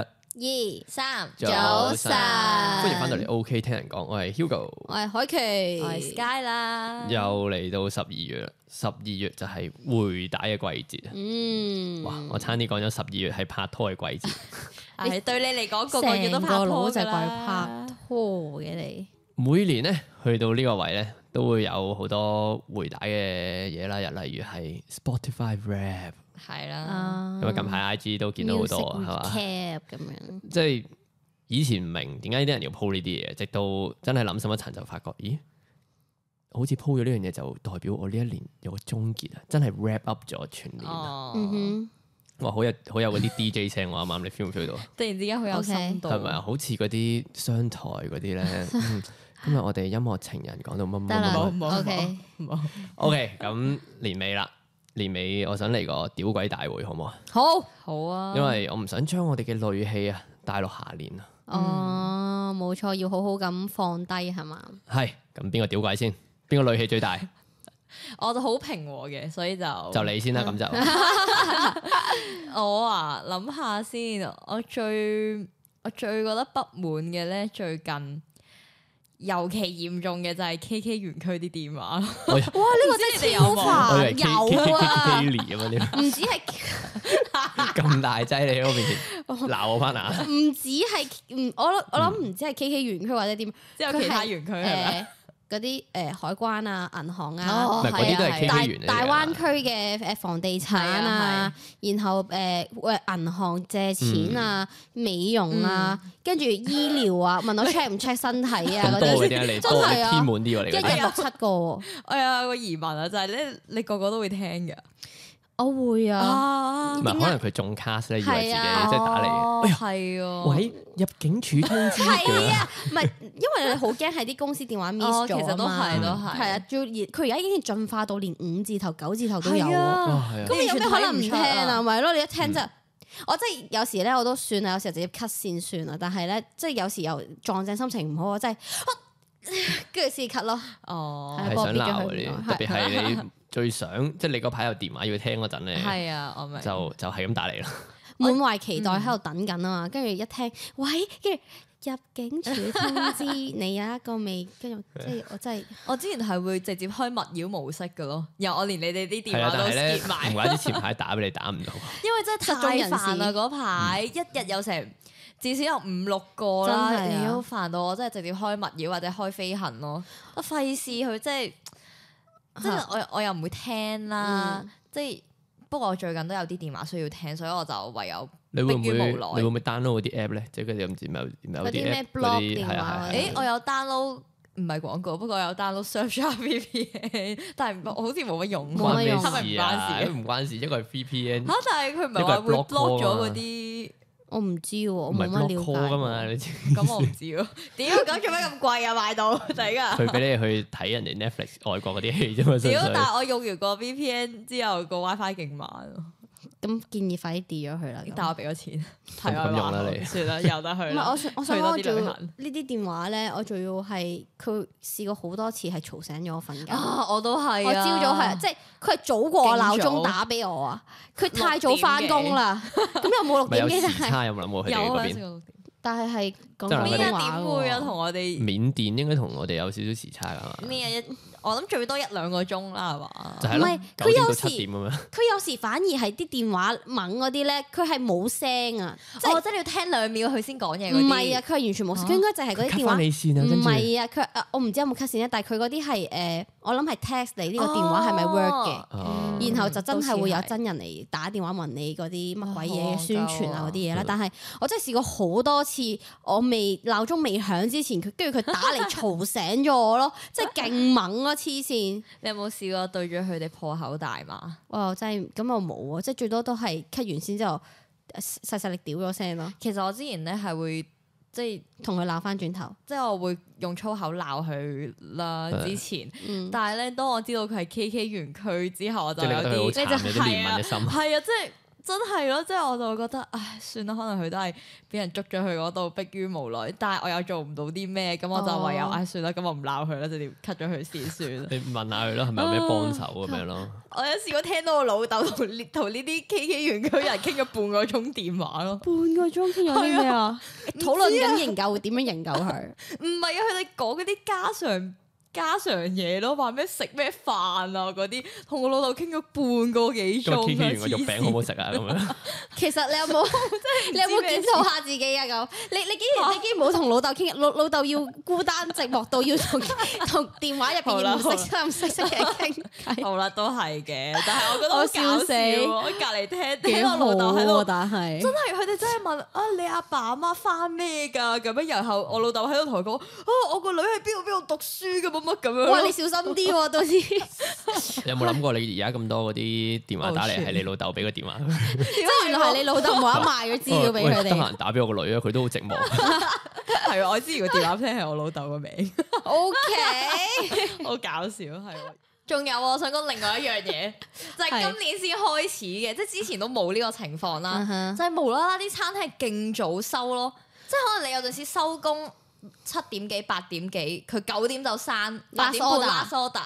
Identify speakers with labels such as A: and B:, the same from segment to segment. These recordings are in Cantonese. A: 二三，
B: 早晨
A: 歡
B: 歡迎翻到嚟 OK 聽人講，我係 Hugo，
A: 我係海琪，
C: 我係 Sky 啦，
B: 又嚟到十二月啦，十二月就係回帶嘅季節啊！
A: 嗯，
B: 哇，我差啲講咗十二月係拍拖嘅季節，
C: 係對啊你嚟講個個月都拍拖
A: 就
C: 㗎
A: 係
C: 啦
A: 拍。拖嘅你，
B: 每年咧去到呢個位咧，都會有好多回帶嘅嘢啦，又例如係 Spotify Rap，
C: 係啦，
A: 啊
B: 咁啊近排 IG 都見到好多啊係嘛？
A: ，cap 咁樣，
B: 即係以前唔明點解啲人要 po 呢啲嘢，直到真係諗深一層就發覺，咦，好似 po 咗呢樣嘢就代表我呢一年有個終結啊！真係 wrap up 咗全年啊！
C: 哦，
A: 嗯哼，
B: 哇，好有好有嗰啲 DJ 聲喎，啱啱你 feel 唔 feel 到啊？
C: 突然之間好有
A: OK
C: 深度，
B: 係咪啊？好似嗰啲商台嗰啲 咧，嗯今日我哋音樂情人講到乜乜
A: 得
B: 乜
A: 啦
B: 乜。
C: 冇
A: ，OK，
C: 冇？
B: OK，咁年尾啦，年尾我想嚟個屌鬼大會，好唔好啊？
A: 好，
C: 好啊，
A: 哦
B: 因為我唔想將我哋嘅戾氣啊帶落下年啊。
A: 哦，冇錯，要好好咁放低係嘛，
B: 係，咁邊個屌鬼先？邊個戾氣最大？
C: 我就好平和嘅，所以就
B: 就你先啦，咁就。
C: 我啊諗下先，我最我最覺得不滿嘅咧，最近尤其嚴重嘅就係 K K 園區啲電話，
B: 我
A: 哇，呢
C: 個真 係超煩
B: 我以為 K K
A: 有
B: K
A: 啊，
B: Kelly 咁樣
A: 唔止係。
B: 咁大劑你喺我面前鬧我 partner，
A: 唔止係，嗯，我諗我諗唔止係 K K 園區或者點，
C: 之後
A: 佢係
C: 其他園區係咪？
A: 誒嗰啲誒海關啊、銀行
C: 哦
A: 啊，
B: 唔係嗰啲都係 K K 園嚟㗎
A: 大大灣區嘅誒房地產
C: 係
A: 啊
C: 啊，
A: 然後誒誒銀行借錢啊、美容啊，跟住醫療啊，問我 check 唔 check 身體啊
B: 咁
A: 嗰
B: 多嘅
A: 啲，
B: 點解你
A: 真
B: 多你
A: 係啊
B: 偏滿啲喎你
A: 一
B: 嗰
A: 日
B: 啲？
A: 六七個喎，
C: 我有個疑問啊，就係咧，你個個都會聽㗎
A: 我會啊，
C: 啊
B: 唔係
A: 點解
B: 可能佢中 cast 咧，以為自己即
A: 係啊
B: 係打嚟
C: 哦係
B: 嘅。
C: 喎，
B: 喂，入境處通知
A: 係
B: 嘅，
A: 啊，唔係因為你好驚係啲公司電話 miss
C: 哦 其
A: 咗
C: 實
A: 啊
C: 都係都
A: 嘛，
C: 係
B: 嗯
A: 係啊，仲要佢而家已經進化到連五字頭、九字頭都有
C: 係
A: 喎。
C: 啊
B: 哇係啊嗯
A: 咁你有咩可能唔聽啊？
C: 完
A: 咪咯，你一聽就。我真係有時咧，我都算啦，有時候直接 cut 線算啦。但係咧，即係有時又撞正心情唔好，我真係，哦跟住先 cut 咯。
C: 哦，
B: 係
A: 幫
B: 想
A: 我逼咗
B: 鬧
A: 佢
B: 嗰
A: 唔
B: 啲，
A: 好
B: 特別係你最想即係你嗰排有電話要聽嗰陣咧，
C: 係啊，我明。
B: 就就係咁打嚟啦。
A: 滿懷期待喺度等緊啊
B: 嗯
A: 嘛，跟住一聽，喂，跟住入境處通知你有一個未，跟住即係我真係
C: 我之前係會直接開勿擾模式嘅咯，然後我連你哋啲
B: 係
C: 電
B: 啊，
C: 話
B: 但
C: 都
B: 係咧
C: skip 埋，
B: 唔怪之前排打俾你打唔到，
C: 因為真係太煩啦嗰排，
B: 嗯
C: 一日有成至少有五六個啦，
A: 真係啊
C: 你好煩到我真係直接開勿擾或者開飛行咯，我費事佢即係真係我我又唔會聽啦
A: 嗯，
C: 即係不過我最近都有啲電話需要聽，所以我就唯有
B: 你會唔會
C: 迫於無奈
B: 你會唔會 download 嗰啲 app 咧？即係佢哋唔知咪有咪有
A: 嗰啲
B: 啲
A: 咩
B: app 嗰
A: blog
B: 啲係
A: 電
B: 啊係
A: 話
B: 啊
C: 誒，我有 download 唔係廣告，不過有 download Surfshark VPN，但 係好似冇乜用，
A: 冇乜用
C: 係咪唔
B: 事
C: 關
B: 啊？
C: 事嘅？
B: 唔關事，一個係 VPN，
C: 嚇！但係佢唔係話會
B: 呢個係 block call
C: block 咗
B: 啊
C: 嗰啲，
A: 我唔知喎，我
B: 唔係
A: 冇
B: block
A: 乜
B: call 噶
A: 了
B: 嘛？
A: 解。
B: 你知
C: 咁我唔知 喎。屌，咁做咩咁貴啊？買到 突然間。
B: 佢俾你去睇人哋 Netflix 外國嗰啲戲啫嘛，純
C: 屌！
B: 粹
C: 但係我用完個 VPN 之後，個 WiFi 勁慢咯，
A: 咁建議快啲 delete 咗佢啦。咁
C: 但我俾咗錢，
B: 咁
C: 題外
B: 咁用啦
C: 話
B: 你
C: 算啦，由得佢
A: 唔係
C: 啦
A: 我。想我
C: 去
A: 想
C: 多
A: 我
C: 啲
A: 仲
C: 旅
A: 要
C: 行
A: 呢啲電話咧，我仲要係佢試過好多次係嘈醒咗我瞓覺。
C: 啊，我都係
A: 我朝早係，即係佢係早過我鬧鐘打俾我啊！佢太早翻工啦， 咁又冇六
B: 咪
A: 點
B: 有時
A: 幾，但係
B: 差有冇諗過佢哋
C: 有啊，
B: 嗰
C: 食
B: 邊？
C: 過六點
A: 但係係講
B: 真係我
A: 緊
C: 呢
B: 哋
C: 一
B: 邊
C: 點會啊，同我哋
B: 緬甸應該同我哋有少少時差噶嘛，
C: 呢一，我諗最多一兩個鐘啦，係嘛
B: 就？係
A: 唔
B: 咯
A: 係，
B: 九點
A: 佢
B: 到
A: 有
B: 七
A: 時
B: 點咁樣。
A: 佢有時反而係啲電話掹嗰啲咧，佢係冇聲啊，即
C: 哦，
A: 係
C: 即係你要聽兩秒佢先講嘢嗰
A: 唔
C: 啲。
A: 係啊？佢係完全冇聲，
C: 啊
A: 佢應該就係嗰啲
B: cut
A: 電話
B: 翻。你線啊，
A: 唔
B: 跟住
A: 係啊，佢啊我唔知有冇 cut 線咧，但係佢嗰啲係誒，我諗係 text 你呢個電話係咪 work 嘅？
B: 哦
A: 然後就真嗯係會有
C: 真
A: 真人嚟打電話問你嗰啲乜鬼嘢
C: 哦
A: 嘅宣傳啊嗰
C: 好戇鳩啊
A: 啲嘢啦，但係我真係試過好多次，我未鬧鐘未響之前，佢跟住佢打嚟嘈醒咗我咯， 即係勁猛咯，黐線！
C: 你有冇試過對住佢哋破口大罵？
A: 哇，我真係咁我冇啊，即係最多都係 cut 完先之後，呃細細力屌咗聲咯，
C: 其實我之前咧係會即係
A: 同佢鬧翻轉頭。
C: 即係我會用粗口鬧佢啦。
B: 係
C: 之前，
A: 嗯，
C: 但係咧當我知道佢係 K K 園區之後，我
B: 即
C: 就有
B: 係你覺得佢好
C: 啲
B: 慘，有啲
C: 係
B: 憐憫
C: 啊
B: 嘅心。
C: 係啊，即係真係咯，即係我就會覺得，唉，算啦，可能佢都係俾人捉咗去嗰度，迫於無奈，但係我又做唔到啲咩，咁我就唯有，
A: 哦
C: 唉，算啦，咁我唔鬧佢啦，直接 cut 咗佢先算啦。
B: 你問下佢啦，係咪有咩幫手咁樣咯？
C: 我有試過聽到我老豆同呢同呢啲 K K 園區人傾咗半個鐘電話咯。
A: 半個鐘傾咗啲咩 啊？討論緊營救點樣營救佢？
C: 唔係啊，佢哋講嗰啲家常家常嘢咯，話咩食咩飯啊嗰啲，同我老豆傾咗半個幾
B: 今日 K
C: 鐘
B: K
C: 啊
B: 完個肉餅好唔好食啊？咁樣
A: 其實你有冇你有冇檢討下自己啊？咁你你竟然你竟然冇同老豆傾，老老豆要孤單寂寞到要同 同電話入
C: 好啦
A: 邊唔識三唔識識嘅傾偈，
C: 好啦，都係嘅，但係我覺得好
A: 我
C: 搞
A: 笑
C: 笑
A: 死
C: 喎，我隔離聽聽
A: 幾
C: 我
A: 好
C: 老豆喺
A: 喎！
C: 度。
A: 但係
C: 真啊係佢哋真係問啊，你阿爸阿媽翻咩㗎？咁樣，然後我老豆喺度同佢講啊，我個女喺邊度邊度讀書嘅乜乜咁樣咯。
A: 哇！你小心啲喎，到時即
B: 有冇諗過你而家咁多嗰啲電話打嚟
C: Oh, shit.
B: 係你老豆俾個電話？
A: 係原來係你老豆冇得賣咗資料俾
B: 哦喂
A: 佢
B: 得
A: 哋。
B: 閒打俾我個女啊，佢都好寂寞。
C: 係啊我之前個電話聲係我老豆個名，
A: O K，
C: 好搞笑係喎。仲有啊我想講另外一樣嘢， 就係
A: 係
C: 今年先開始嘅，即係之前都冇呢個情況啦
A: 嗯。哼
C: 就係無啦啦啲餐廳勁早收咯，即係可能你有陣時收工七點幾八點幾，佢九點就閂，八點半
A: Last
C: last order，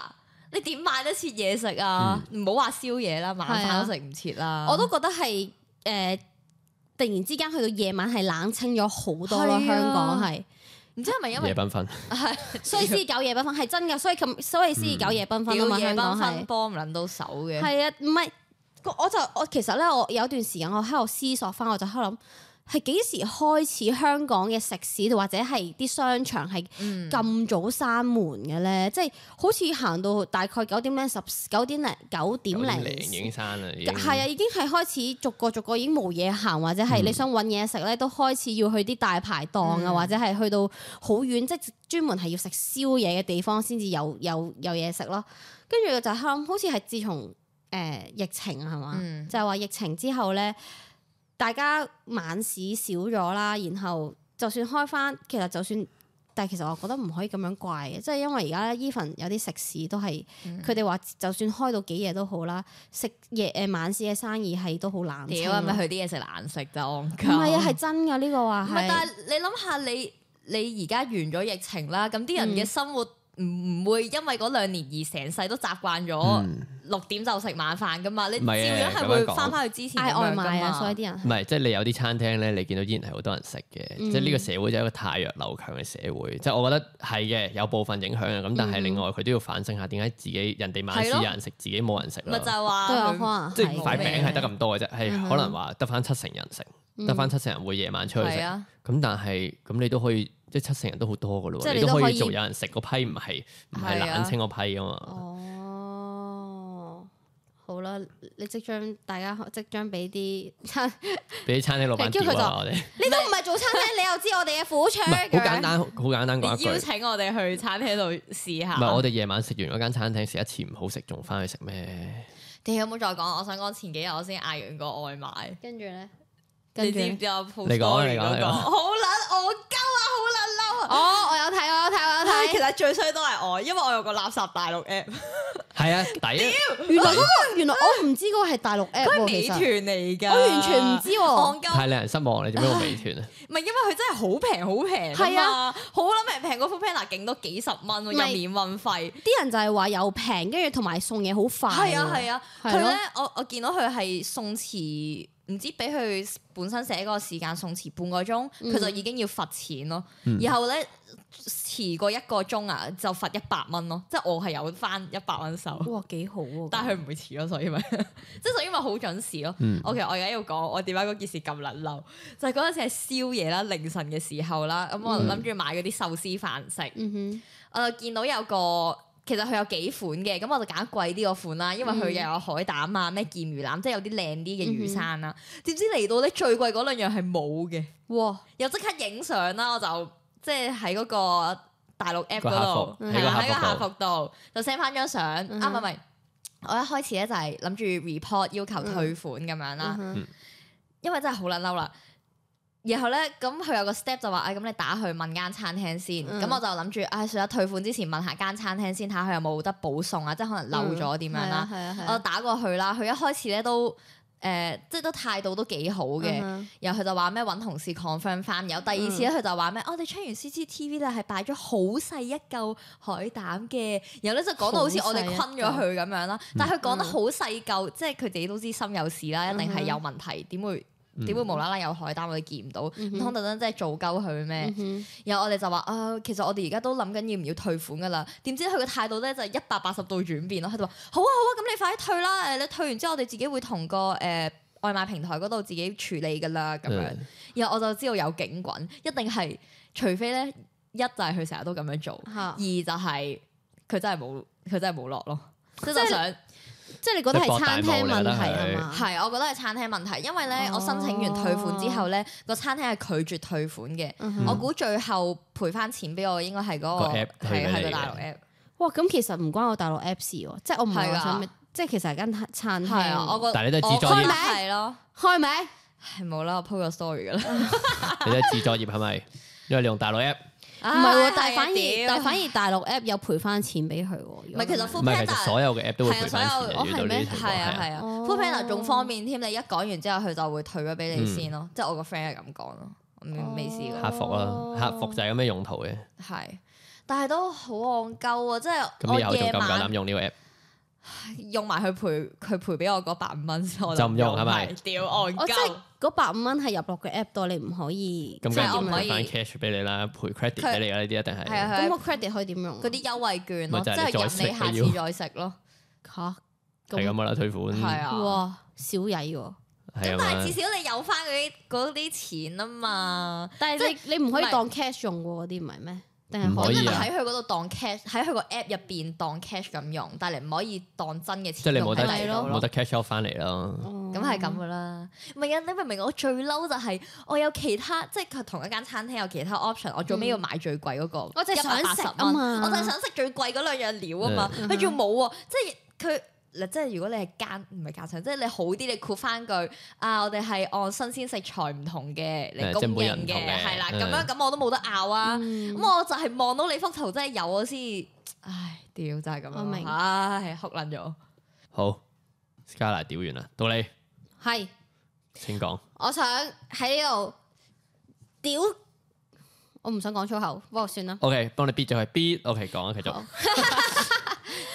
C: 你點買得切嘢食啊？唔好話宵夜啦，晚
A: 嗯係啊
C: 飯都食唔切啦。
A: 我都覺得係誒，突然之間去到夜晚係冷清咗好多咯，
C: 係啊
A: 香港係。
C: 唔知係咪因
B: 夜
C: 為
B: 繽紛，
A: 所以先九夜繽紛係真嘅，所以咁所以先九夜繽紛啊
C: 屌
A: 嘛，
C: 夜
A: 香
C: 繽
A: 港
C: 紛
A: 係
C: 幫唔撚到手嘅，
A: 係啊，唔係個我就我其實咧，我有段時間我喺度思索翻，我就喺度諗係幾時開始香港嘅食肆或者係啲商場係
C: 嗯
A: 咁早閂門嘅咧？即係好似行到大概九點零十九點零九點
B: 九點
A: 零
B: 零已經閂啦，已經
A: 係啊，已經係開始逐個逐個已經冇嘢行，或者係你想揾嘢食咧，都開始要去啲大排檔啊，
C: 嗯
A: 或者係去到好遠，即係專門係要食宵夜嘅地方先至有有有嘢食咯。跟住就諗，好似係自從誒、呃疫情啊，係嘛？
C: 嗯
A: 就係話疫情之後咧，大家晚市少咗啦，然後就算開翻，其實就算，但係其實我覺得唔可以咁樣怪嘅，即係因為而家 even 有啲食肆都係
C: 嗯
A: 佢哋話，就算開到幾夜都好啦，食夜誒晚市嘅生意係都好冷清
C: 屌
A: 咯。
C: 係咪佢啲嘢食難食就戇
A: 啊唔係啊，係真㗎呢個話
C: 唔係，但係你諗下，你你而家完咗疫情啦，咁啲人嘅生活唔唔會因為嗰兩年而成世都習慣咗
B: 嗯
C: 六點就食晚飯噶嘛？你
B: 唔
C: 照
B: 係啊
C: 樣係
B: 咁樣
C: 會
B: 講
C: 翻返去之前咁
A: 嗌外
C: 樣噶
A: 賣啊，所以
C: 嘛？
A: 啲人
B: 唔係，即係你有啲餐廳咧，你見到依然係好多人食嘅，
A: 嗯
B: 即係呢個社會就係一個太弱流強嘅社會。即係我覺得係嘅，有部分影響啊嘅，咁但係
A: 嗯
B: 另外佢都要反省下點解自己人哋晚市
C: 係咯
B: 有人食，自己冇人食
C: 咪就
B: 咯。
C: 係話
A: 都有
C: 佢
A: 啊可
B: 即
A: 能
B: 係塊餅係得咁多嘅啫，係
A: 嗯哼
B: 可能話得翻七成人食，得翻七成人會夜晚出去食。
C: 係
B: 咁
C: 啊
B: 但係咁你都可以，即係七成人都好多噶咯
A: 即係
B: 喎，
A: 你
B: 你都
A: 都
B: 可
A: 可
B: 以
A: 以
B: 做有人食嗰批，唔係唔係
C: 係啊
B: 冷清嗰批噶嘛。
A: 哦，好啦，你即將大家即將俾啲餐，呢
B: 俾啲餐廳老闆
A: 跟住佢
B: 屌啊
A: 就
B: 我哋，
A: 都唔係做餐廳，你又知我哋嘅苦衷
B: 唔係好簡。單，好簡單講一
C: 你邀
B: 句。
C: 請我哋去餐廳度試下。
B: 唔係我哋夜晚食完嗰間餐廳食一次唔好食，仲翻去食咩？
C: 哋有冇再講？我想講前幾日我先嗌完個外賣，
A: 跟住咧，
C: 你
A: 跟住呢
C: 知唔知我 p o
B: 你
C: s
B: 講你講你講
C: 好撚我鳩啊，好撚嬲啊！
A: 哦，我有睇，我有睇，我有
C: 唉其
A: 睇。
C: 實最衰都係我，因為我有個垃圾大陸 app。
B: 係 啊，抵啊！
A: 原來嗰個原來我唔知嗰個係大陸 app
C: 佢係
A: 喎，
C: 美
A: 其
C: 團啊
A: 實
C: 哦嚟㗎，
A: 我完全唔知喎
C: 戇鳩，
B: 太令人失望，你做咩用美團啊？
C: 唔係因為佢真係好平，好平
A: 係
C: 係
A: 啊
C: 啊，好撚平，平過 f o o p a n d a 勁多幾十蚊喎，
A: 唔係
C: 又免運費。
A: 啲人就係話又平，跟住同埋送嘢好快。
C: 係啊係
A: 啊，
C: 啊，
A: 係
C: 佢
A: 咯
C: 咧我我見到佢係送遲，唔知俾佢本身寫嗰個時間送遲半個鐘，
A: 嗯
C: 佢就已經要罰錢咯。然後咧遲過一個鐘啊，就罰一百蚊咯，即係我係有翻一百蚊手。
A: 哇幾好喎！
C: 但係佢唔會遲咯，所以咪 即係所以咪好準時咯。
B: 嗯
C: 我其實我而家要講我點解嗰件事咁撚嬲，就係嗰陣時係宵夜啦，凌晨嘅時候啦，咁
B: 嗯
C: 我諗住買嗰啲壽司飯食，
A: 嗯
C: 我就見到有個。其實佢有幾款嘅，咁我就揀貴啲個款啦，因為
B: 嗯
C: 佢又有海膽啊、咩劍魚腩，即係有啲靚啲嘅魚生啦。
B: 嗯
C: 點知嚟到咧最貴嗰兩樣係冇嘅，
A: 哼，哇！
C: 又即刻影相啦，我就即係喺嗰個大陸 app
B: 個
C: 嗰
B: 客
C: 度，
B: 服
C: 係啦
B: 喺
C: 喺
B: 個
C: 個
B: 客
C: 客
B: 服
C: 服度就 send 翻張相，
A: 嗯
C: 啊唔係唔係，我一開始咧就係諗住 report 要求退款咁樣
A: 嗯
C: 啦，
A: 哼
C: 因為真係好撚嬲啦。然後咧，咁佢有個 step 就話：，哎唉、咁你打去問間餐廳先。
A: 嗯
C: 咁、我就諗住，唉、算啦，退款之前問下間餐廳先，睇下佢有冇得補送啊，即係可能漏咗點樣啦。
A: 係啊係啊係
C: 我
A: 啊。
C: 打過去啦，佢一開始咧都誒，即係都態度都幾好嘅。
A: 嗯哼
C: 然後佢就話咩揾同事 confirm 翻，有第二次咧佢就話咩，我哋 check 完 CCTV 咧係擺咗好細一嚿海膽嘅，然後咧就講到好似我哋昆咗佢咁樣啦，但係佢講得好細嚿，即係佢哋都知心有事啦，一定係有問題，點會
B: 嗯
C: 點會無啦啦有海膽我哋見唔到，唔通特登真係做鳩佢咩？
A: 嗯
C: 然後我哋就話啊，其實我哋而家都諗緊要唔要退款噶啦。點知佢嘅態度咧就係一百八十度轉變咯。佢就話：好啊好啊，咁你快啲退啦！誒，你退完之後，我哋自己會同個誒、呃外賣平台嗰度自己處理噶啦咁樣。然後我就知道有警棍，一定係除非咧，一就係佢成日都咁樣做，
A: 哼嚇
C: 二就係佢真係冇佢真係冇落咯。即係
A: 即係
C: 我想
A: 即係你覺得係餐廳問題
B: 你搏
A: 係
B: 大霧你覺得
A: 嘛？
C: 係，我覺得係餐廳問題，因為咧
A: 啊哦
C: 我申請完退款之後咧，個餐廳係拒絕退款嘅。
A: 嗯哼
C: 我估最後賠翻錢俾我應該係嗰個
B: 個 app 退
C: 係
B: 俾
C: 係個
B: 你嘅
C: 大陸 app。
A: 哇！咁其實唔關我大陸 Apps 喎，即係我唔係
C: 係㗎啊
A: 話想咩，即係其實係間餐廳。
C: 係啊，我覺
B: 但係你都係
C: 我
B: 自作孽
C: 覺得係咯，
A: 開名
C: 係冇啦，我 po 個 story 噶啦。
B: 你都係自作業係咪？因為你用大陸 app，
A: 唔啊係喎，但
C: 唉啊
A: 係反而
C: 屌
A: 但係反而大陸 App 有賠翻錢俾佢喎。唔
C: 唔係其實 full
B: 唔係其實
C: 哦 panda
B: 所有嘅 app 都會
C: 係啊，
B: 賠
C: 所有
B: 翻錢
C: 我
B: 嘅。遇到
C: 係
B: 呢
C: 咩？
B: 啲情況
C: 係啊係啊
A: 哦
C: ，full panda 仲方便添，你一講完之後佢就會退咗俾你
B: 嗯
C: 先咯，即係我個 friend 係咁講咯，我未未試過
A: 哦
B: 客服啦，客服就係咁嘅用途嘅。
C: 係。但係都好戇鳩啊！即係
B: 咁
C: 我
B: 以後仲
C: 夜
B: 夠唔夠
C: 晚
B: 膽用呢個 app？
C: 用埋佢賠佢賠俾我嗰百五 蚊，我
B: 就唔用係咪
C: 埋屌戇
A: 哦我即係
C: 鳩！
A: 嗰百五蚊係入落嘅 App 度，你唔可以。
B: 咁梗
C: 即係
B: 係
C: 我
B: 要
C: 唔可
B: 賠
C: 以
B: 翻 cash 俾你啦，賠
C: 佢
B: credit 俾你啦，呢啲一定
C: 係啊
B: 係。
A: 咁
C: 係啊
A: 個 credit 可以點用啊？
C: 嗰啲優惠券
B: 咪
C: 咯，
B: 就
C: 即
B: 係你
C: 係
B: 再啊
C: 任
B: 食
C: 你下
B: 都
C: 次再食咯，
A: 嚇
B: 係咁
A: 咁
B: 噶啦，退款
C: 係啊。
A: 哇，少曳喎！
B: 嗯係
C: 咁
B: 啊
C: 但係
B: 嘛。
C: 至少你有翻嗰啲嗰啲錢啊嘛，
A: 但係你你唔可以
C: 唔係
A: 當 cash 用喎，嗰啲唔係咩？定係
B: 唔
C: 咁
B: 可
C: 你
B: 以
C: 咪
B: 啊
C: 喺佢嗰度當 cash，喺佢個 app 入邊當 cash 咁用，但係你唔可以當真嘅
B: 即係
C: 錢
B: 你
C: 用
B: 冇
C: 喺
B: 得
A: 係
C: 第
A: 咯
C: 度
B: 冇
C: 咯。
B: 得 cash out 翻嚟咯。
A: 哦
C: 咁係咁噶啦，唔係啊！你明唔明？我最嬲就係我有其他，即係佢同一間餐廳有其他 option，我做咩要買最貴嗰個？
A: 嗯我就係想食啊
C: 180蚊
A: 嘛
C: 我就係想食最貴嗰兩樣料啊嘛，
A: 嗯
C: 佢仲冇喎，即係佢。嗱，即係如果你係間唔係間上，即係你好啲，你括翻句啊，我哋係按新鮮食材唔同嘅嚟
B: 誒
C: 供
B: 即係每人
C: 應
B: 唔
C: 嘅，
B: 同嘅
C: 係啦，
B: 嗯
C: 咁樣咁我都冇得拗啊。
A: 嗯
C: 咁我就係望到你幅圖真係有我先，唉，屌就係咁樣
A: 我明
C: 咯，唉，哭撚咗。
B: 好，Scala 屌完啦，到你
A: 係。
B: 請講。
A: 我想喺呢度屌，我唔想講粗口，不過算啦。
B: OK，幫你 bit 咗佢 bit。OK，講啊，繼續。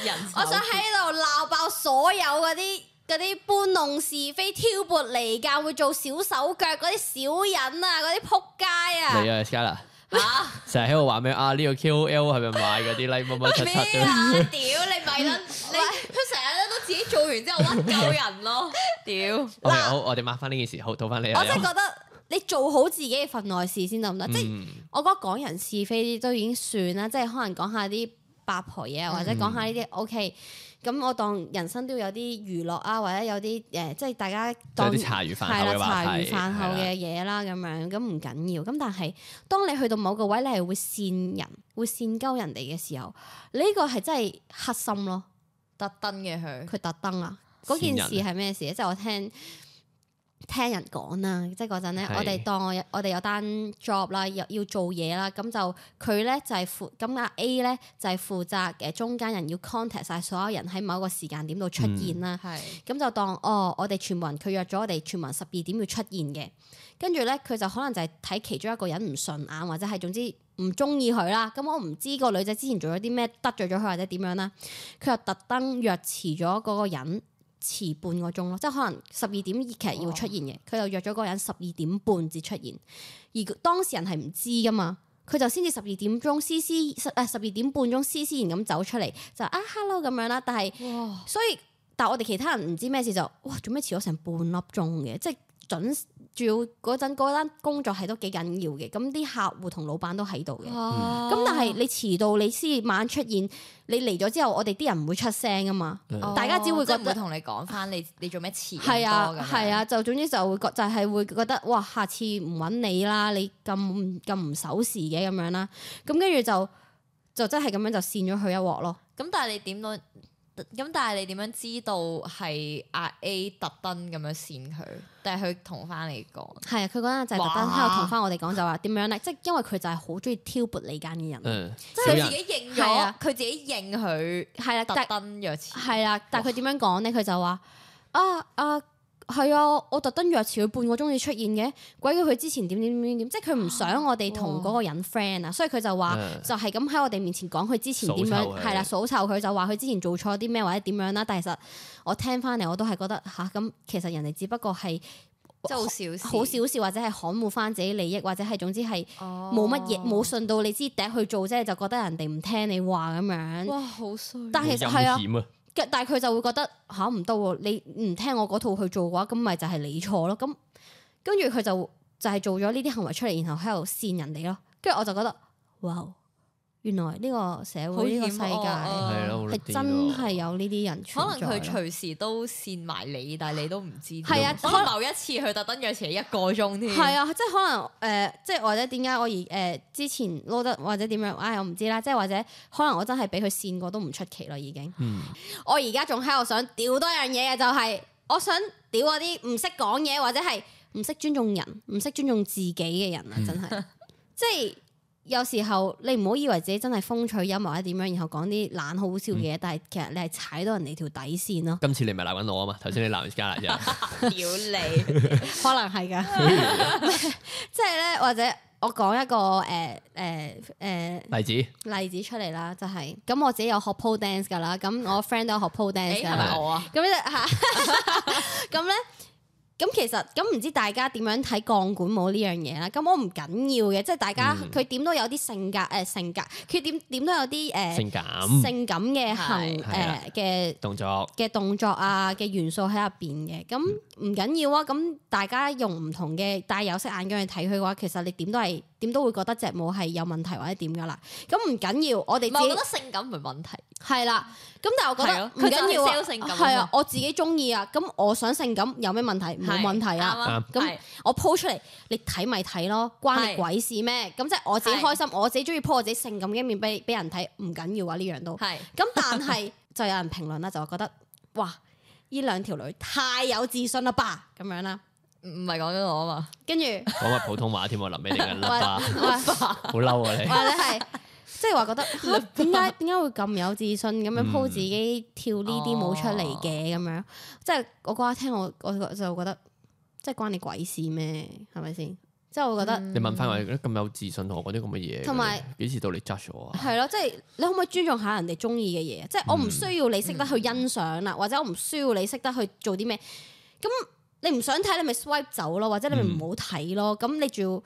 C: 人
A: 我想喺呢度鬧爆所有嗰啲嗰啲搬弄是非、挑撥離間、會做小手腳嗰啲小人啊，嗰啲撲街啊
B: 你！啊，Scala。成日喺度話咩啊？呢個 KOL 係咪買嗰啲 like 乜乜七
C: 咩
B: 七
C: 啊？屌你咪撚你，佢成日咧都自己做完之後屈鳩人咯，屌！
B: ？OK，好，我哋抹翻呢件事，好，到翻你啊。
A: 我真係覺得你做好自己嘅份內事先得唔得？即係
B: 嗯
A: 我覺得講人是非都已經算啦，即係可能講下啲八婆嘢，啊或者
B: 嗯
A: 講下呢啲 OK。咁我當人生都有啲娛樂啊，或者有啲誒、呃即係大家
B: 即係
A: 當
B: 啲茶餘飯
A: 係
B: 後
A: 啦，
B: 嘅話
A: 茶
B: 題
A: 餘飯後嘅嘢啦，咁樣咁唔緊要。咁但係當你去到某個位，你係會扇人，會扇鳩人哋嘅時候，你呢個係真係黑心咯。
C: 特登嘅佢，
A: 佢特登啊！嗰件事
B: 善人
A: 係咩事咧？即係我聽聽人講啦，即係嗰陣咧，
B: 係
A: 我哋當我有我哋有單 job 啦，要要做嘢啦，咁就佢咧就係負咁阿 A 咧就係負責誒中間人要 contact 晒所有人喺某一個時間點度出
B: 嗯
A: 現啦。
C: 係
A: 咁就當哦，我哋全部人佢約咗我哋全部人十二點要出現嘅，跟住咧佢就可能就係睇其中一個人唔順眼，或者係總之唔中意佢啦。咁我唔知個女仔之前做咗啲咩得罪咗佢或者點樣啦，佢又特登約遲咗嗰個人遲半個鐘咯，即係可能十二點其實要出現嘅，佢就約咗嗰個人十二點半至出現，而當事人係唔知噶嘛。佢就先至十二點鐘，斯斯十誒十二點半鐘，斯斯然咁走出嚟，就啊 hello 咁樣啦。但係
C: 哇，
A: 所以，但我哋其他人唔知咩事就，哇，做咩遲咗成半粒鐘嘅？即係準，仲要嗰陣嗰單工作係都幾緊要嘅，咁啲客戶同老闆都喺度
B: 嗯
A: 嘅。咁、但係你遲到，你先至晚出現，你嚟咗之後，我哋啲人唔會出聲啊嘛。
B: 嗯
A: 大家只會覺得
C: 哦即係唔會同你講翻 你你做咩遲咁
A: 係啊
C: 多，咁樣
A: 係啊，就總之就會覺就係會覺得哇，下次唔揾你啦，你咁唔咁唔守時嘅咁樣啦。咁跟住就就真係咁樣就扇咗佢一鑊咯。
C: 咁但係你點樣？咁但係你點樣知道係阿 A 特登咁樣扇佢，定係佢同翻你講？
A: 係啊，佢嗰陣就係特登喺度同翻我哋講就話點樣咧，即係因為佢就係好中意挑撥離間嘅人。啊
B: 嗯，
C: 即
B: 小人
C: 係佢自己
A: 係
C: 認咗
A: 啊，
C: 佢自己認佢
A: 係啦，啊
C: 特
A: 但
C: 登約錢。
A: 係啦，但係佢點樣講咧？佢就話啊啊係啊，我特登約遲佢半個鐘至出現嘅，鬼叫佢之前點點點點點，即係佢唔想我哋同嗰個人 friend 啊，所以佢就話
B: 嗯
A: 就係咁喺我哋面前講佢之前點
B: 數臭
A: 樣
B: 佢
A: 係啦，數臭佢就話佢之前做錯啲咩或者點樣啦，但係其實我聽翻嚟我都係覺得吓，咁、其實人哋只不過係
C: 即係好小事，
A: 好小事或者係捍護翻自己利益或者係總之係
C: 哦
A: 冇乜嘢冇順到你支笛去做啫，就覺得人哋唔聽你話咁樣。
C: 哇，好衰。
A: 但係其實係啊
B: 陰，險啊，
A: 嘅但係佢就會覺得吓唔得喎，你唔聽我嗰套去做嘅話，咁咪就係你錯咯。咁跟住佢就就係做咗呢啲行為出嚟，然後喺度扇人哋咯。跟住我就覺得，哇！原來呢個社
C: 好
A: 會呢個
C: 險
A: 世
C: 惡
A: 界
B: 係咯，好
A: 啊哦係
B: 癲
A: 真
B: 喎
A: 係有呢啲人存
C: 可
A: 在
C: 能佢
A: 咯
C: 隨時都扇埋你，但係你都唔知。
A: 係啊
C: 可能某一次佢特登約遲你一個鐘添。
A: 係啊，即係可能誒、呃即係或者點解我而誒、呃之前撈得或者點樣，唉，我唔知啦。即係或者可能我真係俾佢跣過都唔出奇咯，已經。
B: 嗯。
A: 我而家仲喺度想屌多樣嘢嘅就係、我想屌嗰啲唔識講嘢或者係唔識尊重人、唔識尊重自己嘅人啊！真係，即係有時候你唔好以為自己真係風趣幽默或者點樣，然後講啲懶好笑嘅嘢，但係其實你係踩到人哋條底線咯
B: 今次你咪鬧緊我啊嘛，頭先你鬧完加拿啫。
C: 屌 你！
A: 可能係㗎，即係咧或者。我講一個誒誒誒
B: 例子
A: 例子出嚟啦，就係、咁我自己有學 pole dance 㗎啦，咁我 friend 都有學 pole
C: 誒
A: dance 㗎
C: 係
A: 啦
C: 咪。我啊？
A: 咁咧嚇， 咁咧。咁其實咁唔知大家點樣睇鋼管舞呢樣嘢啦？咁我唔緊要嘅，即係大家
B: 嗯
A: 佢點都有啲性格誒、性格，佢點點都有啲誒、
B: 性感
A: 性感嘅行
C: 係
A: 誒
B: 係啦
A: 嘅
B: 動 作，
A: 嘅動作啊嘅元素喺入邊嘅。咁
B: 嗯
A: 唔緊要啊，咁大家用唔同嘅戴有色眼鏡去睇佢嘅話，其實你點都係點都會覺得隻舞係有問題或者點噶啦。咁唔緊要，我哋
C: 唔係，
A: 自
C: 我
A: 己
C: 覺得性感唔係問題。
A: 係啦，咁但係我覺
C: 係咯
A: 得唔
C: 佢就係
A: 緊要
C: sell 性
A: 啊，
C: 感
A: 係
C: 啊
A: 啊
C: 嘛，
A: 我自己中意啊，咁我想性感有咩問題？冇問題啊，
C: 啱
A: 咁
C: 係
A: 我 po 出嚟，你睇咪睇咯，關你
C: 係
A: 鬼事咩？咁即係我自己
C: 係
A: 開心，我自己中意 po 我自己性感嘅一面俾俾人睇，唔緊要啊呢樣都。
C: 係
A: 咁但 係就有人評論啦，就話覺得哇，呢兩條女太有自信啦吧，咁樣啦，
C: 唔唔係講緊我啊嘛？
A: 跟 住
B: 講埋普通話添喎，臨尾定係甩 巴，
A: 或或
B: 好嬲啊你！
A: 或者係。即係話覺得嚇點解點解會咁有自信咁樣 po 自己跳呢啲舞出嚟嘅咁樣，即係我嗰下聽我我就覺得即係關你鬼事咩？係咪先？即係我覺得
C: 嗯
B: 你問翻我你咁有自信同我講啲咁嘅嘢，
A: 同埋
B: 幾時到你 judge 我啊？
A: 係咯，即係你可唔可以尊重下人哋中意嘅嘢？即係我唔需要你識得去欣賞啦，或者我唔需要你識得去做啲咩。咁你唔想睇，你咪 swipe 走咯，或者你咪唔好睇咯。咁你仲要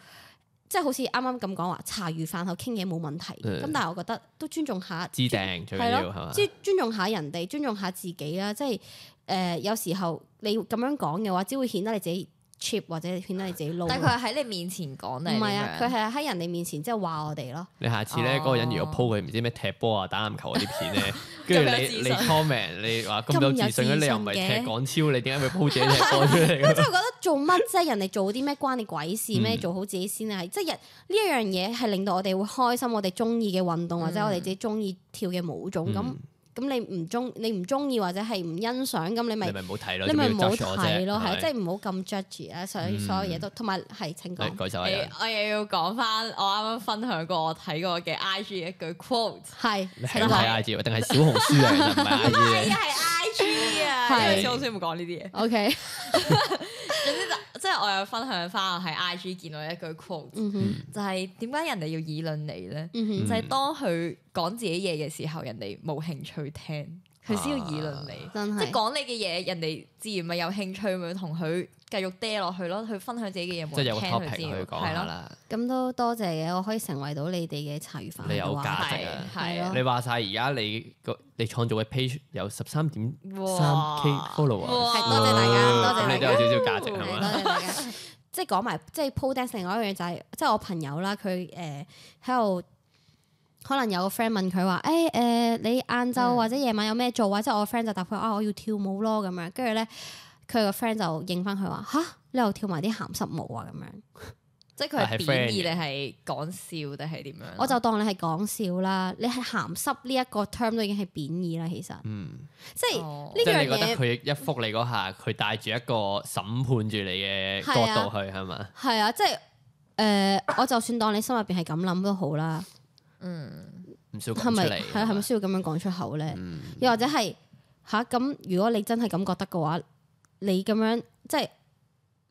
A: 即係好似啱啱咁講話茶餘飯後傾嘢冇問題。
B: 嗯
A: 咁但係我覺得都尊重下
B: 知定最緊
A: 係
B: 要
A: 咯
B: 係嘛？
A: 即係尊重下人哋，尊重下自己啦。即係誒、呃有時候你咁樣講嘅話，只會顯得你自己 cheap 或者顯得你自己 low 咯。
C: 但係佢係喺你面前講你
A: 唔係啊，
C: 咁
A: 佢
C: 樣
A: 係喺人哋面前即係話我哋咯。
B: 你下次
A: 哦
B: 咧，嗰個人如果 po 佢唔知咩踢波啊、打籃球嗰啲片 咧，跟住
C: 咁有
B: 你
C: 自信
B: 你 comment 你話咁有自信
A: 咁有自
B: 嘅，
A: 信嘅
B: 你又唔係踢港超，你點解會 po 自己踢波出嚟
A: 我
B: 嘅？
A: 真係覺得做乜啫？人哋做啲咩關你鬼事咩？
B: 嗯
A: 做好自己先係，即係人呢一樣嘢係令到我哋會開心，我哋中意嘅運動或者我哋自己中意跳嘅舞種咁。
B: 嗯
A: 咁你唔中你唔中意或者係唔欣賞，咁你咪
B: 你咪唔好睇咯，
A: 你咪
B: 點
A: 唔
B: 解
A: 好
B: 要 judge 我啫
A: 睇咯，係
B: 係
A: 啊即係唔好咁 judge 啊！所以
B: 嗯
A: 所有嘢都同埋係請
B: 嚟
A: 講
B: 改手啊藝人
C: 誒我又要講翻我啱啱分享過我睇過嘅 IG 一句 quote。
A: 係
B: 你
A: 請
B: 係咁
A: 講。
B: 睇 IG 定係小紅書啊？ 其實唔係 IG
C: 係
B: 嘅
C: 啊，係 IG 啊，因
A: 係
C: 為小紅書冇講呢啲嘢。
A: O K，
C: 總之就即係我有分享翻我喺 IG 見到一句 quote，
A: 嗯哼，
C: 就係點解人哋要議論你咧？
A: 嗯
C: 就
A: 哼，
C: 係當佢講自己嘢嘅時候，人哋冇興趣聽，佢先要議論
B: 啊
C: 你。
A: 真
C: 即
A: 係。
C: 係講你嘅嘢，人哋自然咪有興趣，咪同佢繼續嗲落去咯。佢分享自己嘅嘢，冇
B: 即係
C: 人
B: 有個
C: 聽
B: topic
C: 佢
B: 去
C: 自然
B: 講下
C: 係咯。
B: 啦。
A: 咁都多謝嘅，我可以成為到你哋嘅茶餘飯後
B: 你有
A: 嘅話
B: 價
A: 題
B: 值
C: 係
B: 啊
C: 係啊
A: 係
B: 你話晒而家你個你創造嘅 page 有十三點三
C: 哇
B: K follower，啊
C: 哇
A: 係多謝大家，多謝
B: 咁
A: 大
B: 你都
A: 家
B: 有。少少價值
A: 係
B: 係嘛？
A: 多謝大家。即係講埋，即係 po dance 另外一樣就係、即係我朋友啦，佢誒喺度。可能有個 friend 問佢話：，誒、誒、你晏
C: 嗯
A: 晝或者夜晚有咩做啊？即係我 friend 就答佢：啊，我要跳舞咯咁樣。跟住咧，佢個 friend 就應翻佢話：吓，你又跳埋啲鹹濕舞啊咁樣。
B: 嗯
C: 即係佢係
B: 係
C: 貶
B: friend
C: 義
B: 嘅
C: 定係講笑定係點樣？
A: 我就當你係講笑啦，你係鹹濕呢一個 term 都已經係貶義啦，其實。
B: 嗯，
A: 即係
C: 哦
A: 呢
B: 即係
A: 樣
B: 你覺得
A: 嘢
B: 佢一覆你嗰下，佢帶住一個審判住你嘅角
A: 啊
B: 度去係嘛？
A: 係啊，即係誒、呃我就算當你心入邊係咁諗都好啦。
C: 嗯，
B: 唔需要講
A: 係
B: 出
A: 咪
B: 嚟啊
A: 係係咪需要咁樣講出口咧？又或者係吓咁，如果你真係咁覺得嘅話，你咁樣即係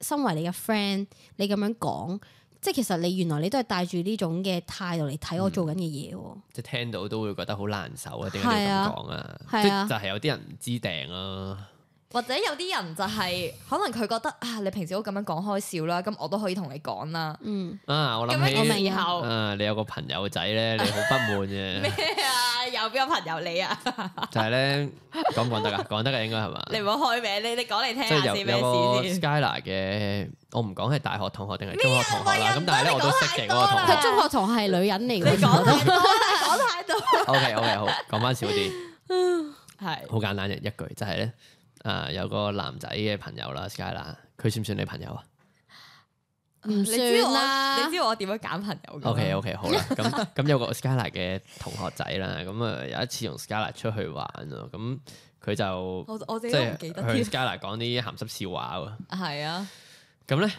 A: 身為你嘅 friend，你咁樣講，即係其實你原來你都係帶住呢種嘅態度嚟睇我做緊嘅嘢喎。
B: 即係聽到都會覺得好難受啊！點解你要咁講啊？即
A: 係啊
B: 係就係有啲人唔知訂啦，
C: 或者有啲人就係、可能佢覺得啊，你平時都咁樣講開笑啦，咁我都可以同你講啦。
A: 嗯，
B: 啊！我諗
C: 咁樣
A: 我
B: 起
A: 明
C: 嘅時候
B: 啊，你有個朋友仔咧，你好不滿
C: 咩
B: 嘅，
C: 啊？有邊個朋友你啊？
B: 就係咧講唔講得㗎？講得㗎應該係嘛？
C: 你唔好開名，你你講嚟聽
B: 即
C: 下
B: 係
C: 先
B: 有
C: 咩
B: 有個
C: 事先？
B: Skyla 嘅，我唔講係大學同學定係中學同學
C: 咩啊
B: 啦。
C: 喂
B: 咁但係咧
C: 唔
B: 我
C: 該
B: 都
C: 你
B: 識嘅嗰個
C: 講
B: 同
C: 太
A: 佢
C: 多啦
B: 學。
A: 中學堂係女人嚟
C: 啊 你
A: 嘅，
C: 講 太多啦，講太多。
B: OK OK 好，講翻少啲，
C: 係
B: 好簡單嘅一句就係咧，誒有個男仔嘅朋友啦，Skyla，佢算唔算你朋友啊
A: 唔
C: 你知道
A: 算
C: 我你
A: 啦。
C: 知道我點樣揀朋友㗎
B: ？OK OK 好啦，咁 咁有個 Skyla 嘅同學仔啦，咁啊有一次同 Skyla 出去玩啊，咁佢就
C: 我我自
B: 即
C: 己都唔
B: 係
C: 記得添
B: 去。Skyla 講啲鹹濕笑話喎。
C: 係 啊，
B: 咁咧，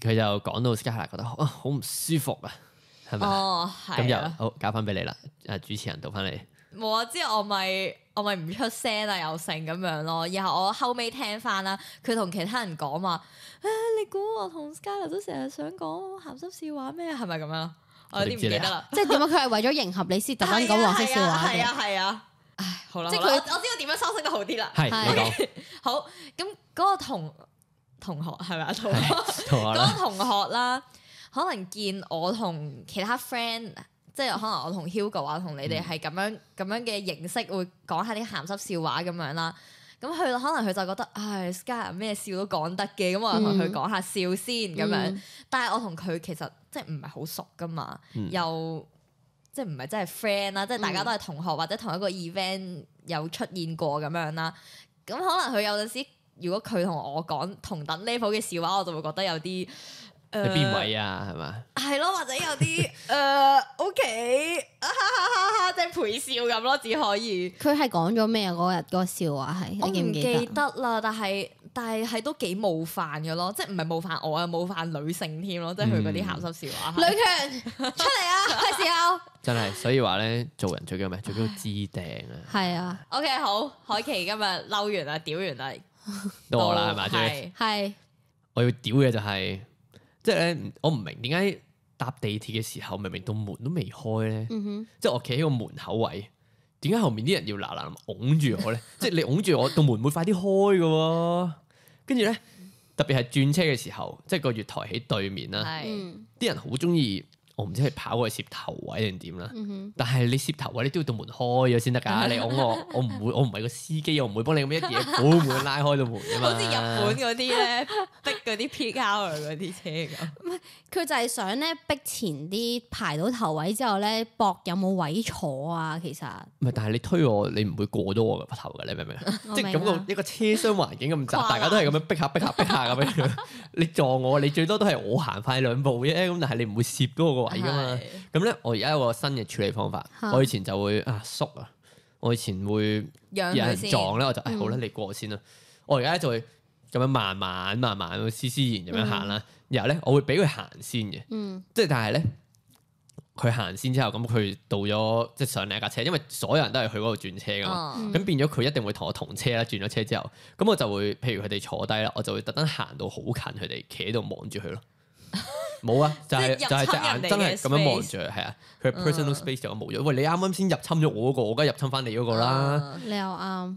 B: 佢就講到 Skyla 覺得啊好唔舒服啊，係咪啊？
C: 哦
B: 咁
C: 係
B: 就
C: 啊，
B: 好交翻俾你啦，誒主持人到翻你，
C: 冇啊！之後我咪我咪唔出聲啊，又成咁樣咯。然後我後尾聽翻啦，佢同其他人講話，誒你估我同 Skyler 都成日想講鹹濕笑話咩？係咪咁樣？我有啲唔記得啦。
A: 即係點解佢係為咗迎合你先特登講黃色笑話
C: 係
A: 嘅？
C: 啊係啊。唉，好啦，
A: 即係
C: 好啦
A: 佢
C: 我我知道點樣收聲都好啲啦。
B: 係
A: 係
B: 你講
C: 好，咁嗰個同同學係咪啊？同學。
B: 同我
C: 嗰
B: 啦，
C: 個同學啦，可能見我同其他 friend，即係可能我同 Hugo 啊，同你哋係咁樣咁樣嘅形式，會講下啲鹹濕笑話咁樣啦。咁佢可能佢就覺得，唉，Sky 啊咩笑都講得嘅，咁我就同佢講下笑先咁樣。
A: 嗯
C: 但係我同佢其實即係唔係好熟噶嘛，
B: 嗯
C: 又即係唔係真係 friend 啦，即係大家都係同學或者同一個 event 有出現過咁樣啦。咁可能佢有陣時，如果佢同我講同等 level 嘅笑話，我就會覺得有啲
B: 你
C: 誒
B: 邊位啊？係嘛？
C: 係咯，或者有啲誒 OK 啊哈哈哈哈，即係陪笑咁咯，只可以。
A: 佢係講咗咩啊？嗰日嗰個笑話係
C: 我
A: 你記
C: 唔
A: 唔
C: 記
A: 記得？
C: 得啦，但係但係係都幾冒犯嘅咯，即係唔係冒犯我啊，冒犯女性添咯，即係佢嗰啲鹹濕笑話係。
A: 女強出嚟 啊！係時候。
B: 真係，所以話咧，做人最緊要咩？最緊要知定啊！
A: 係啊，
C: O K，好，海琪今日嬲完啦，屌完啦，
B: 到我啦，係咪
C: 到
B: 最
C: 係
A: 係
B: 我要屌嘅就係，即係咧，我唔明點解搭地鐵嘅時候，明明到門都未開咧，
A: 嗯哼，
B: 即係我企喺個門口位，點解後面啲人要嗱嗱咁拱住我 咧？即係你拱住我，道門會快啲開嘅喎。跟住咧，特別係轉車嘅時候，即係個月台喺對面啦，
C: 係
A: 嗯
B: 啲人好中意，我唔知係跑過去攝頭位定點啦。
A: 嗯哼，
B: 但係你攝頭位，你都要道門開咗先得㗎。你拱我，我唔會，我唔係個司機，我唔會幫你咁一嘢， 好門拉開到門㗎嘛。
C: 好似日本嗰啲咧，逼嗰啲 peak hour 嗰啲車咁。
A: 佢就係想咧逼前啲排到頭位之後咧，搏有冇位坐啊？其實
B: 唔係，但係你推我，你唔會過到我個頭嘅，你明唔明啊？
A: 我
B: 即係咁
A: 明啊
B: 個一個車廂環境咁窄，
C: 跨欄
B: 大家都係咁樣逼下逼下逼下咁樣。你撞我，你最多都係我行快兩步啫。咁但係你唔會攝到我個位噶嘛。咁啊咧，我而家有個新嘅處理方法。
A: 嚇
B: 我以前就會啊縮啊，我以前會
C: 讓
B: 有
C: 佢
B: 人
C: 先。
B: 撞咧，我就唉哎好啦，你過先啦。我而家就會咁樣慢慢慢慢絲絲然咁樣行啦。然後咧，我會俾佢行先嘅。
A: 嗯
B: 即係但係咧，佢行先之後，咁佢到咗即係上另一架車，因為所有人都係去嗰度轉車噶嘛。
C: 哦
B: 咁變咗佢一定會同我同車啦，轉咗車之後，咁我就會，譬如佢哋坐低啦，我就會特登行到好近佢哋，企喺度望住 佢咯。冇啊，就係
C: 即
B: 就
C: 係入侵
B: 係隻眼
C: 人哋嘅
B: 真係咁樣望
C: space
B: 住，係啊，佢 personal space 就冇咗。喂，你啱啱先入侵咗我嗰個，我梗係入侵翻你嗰個啦。
C: 嗯
A: 你又啱，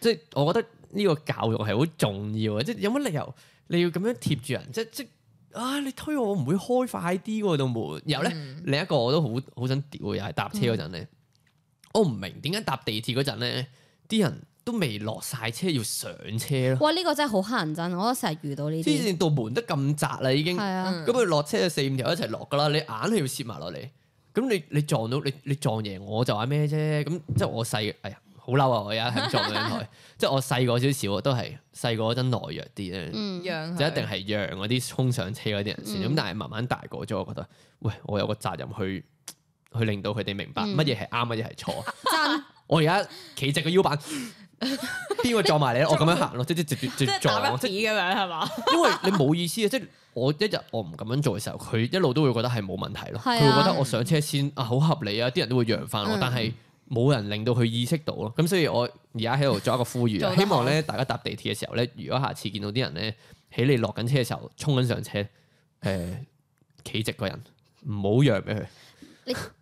B: 即係我覺得呢個教育係好重要啊！即係有乜理由你要咁樣貼住人？即即啊！你推我，我唔會開快啲喎道門。然後咧，
A: 嗯
B: 另一個我都好好想屌嘅，又係搭車嗰陣咧，我唔明點解搭地鐵嗰陣咧，啲人都未落晒車要上車咯。
A: 哇！呢個真係好乞人憎，我都成日遇到呢
B: 黐
A: 啲，
B: 線道門得咁窄啦，已經
A: 係
B: 咁
A: 啊，
C: 嗯
B: 佢落車就四五條一齊落噶啦，你硬係要攝埋落嚟。咁你你撞到你你撞贏我就話咩啫？咁即係我細，哎呀好嬲啊！我而家喺撞緊台，即係我細個少少都係細個嗰陣懦弱啲咧。
A: 嗯
C: 讓佢
B: 就一定係讓嗰啲衝上車嗰啲人先。咁、
A: 嗯
B: 但係慢慢大個咗，我覺得，喂，我有個責任去去令到佢哋明白
A: 嗯
B: 乜嘢係啱，乜嘢係錯。
A: 真
B: 我而家企直個腰板，邊個撞埋你咧？我咁樣行咯，即即直接直
C: 即
B: 接
C: 係打
B: 撞，
C: 筆
B: 即
C: 咁樣係嘛？
B: 因為你冇意思啊！即我一日我唔咁樣做嘅時候，佢一路都會覺得係冇問題咯。
A: 係啊
B: 佢會覺得我上車先啊，好合理啊！啲人都會讓翻我，
A: 嗯
B: 但係冇人令到佢意識到咯。咁所以我而家喺度作一個呼籲啊，
C: 做得好
B: 希望咧大家搭地鐵嘅時候咧，如果下次見到啲人咧喺你落緊車嘅時候衝緊上車，誒、企直個人，唔好讓俾佢。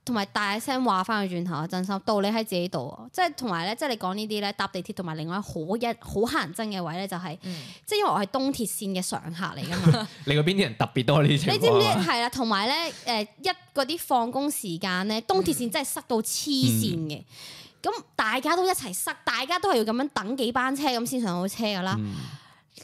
A: 同埋大聲話翻佢轉頭啊！真心道理喺自己度啊，即係同埋咧，即係你講呢啲咧，搭地鐵同埋另外一個好一好乞人憎嘅位咧，就係、
C: 嗯
A: 即係因為我係東鐵線嘅常客嚟㗎嘛，
B: 你嗰邊啲人特別多呢啲情
A: 你知唔
B: 況
A: 知
B: 啊嘛？
A: 係啦？同埋咧誒一嗰啲放工時間咧，東鐵線真係塞到黐線嘅，
B: 嗯
A: 咁、大家都一齊塞，大家都係要咁樣等幾班車咁先上到車㗎啦。
B: 嗯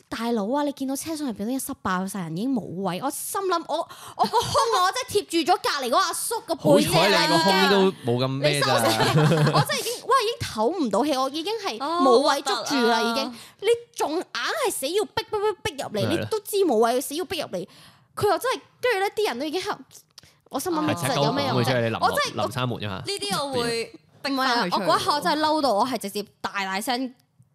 A: 大佬啊！你見到車廂入邊都一塞爆晒人，已經冇位。我心諗我我個胸我真係貼住咗隔離嗰個阿叔個
B: 好
A: 背脊
B: 彩
A: 啦，
B: 你個
A: 已
B: 胸
A: 經。
B: 都冇咁咩咋，
A: 我真係已經哇已經唞唔到氣，我已經係
C: 哦
A: 冇位捉住啦，
C: 核
A: 已
C: 突啊
A: 經。你仲硬係死要逼逼逼逼入嚟，
B: 係啊啦
A: 你都知冇位，死要逼入嚟。佢又真係，跟住咧啲人都已經係，我心
C: 係
A: 諗
B: 係赤
A: 實
B: 狗
A: 有咩
B: 唔
A: 用
B: 會出去你
A: 啫？
B: 淋
A: 我真
B: 落
A: 係
B: 淋山門啫嘛。
C: 呢啲我會
A: 我
C: 逼
A: 唔係啊
C: 翻！
A: 我
C: 佢
A: 嗰一刻真係嬲到我係直接大大聲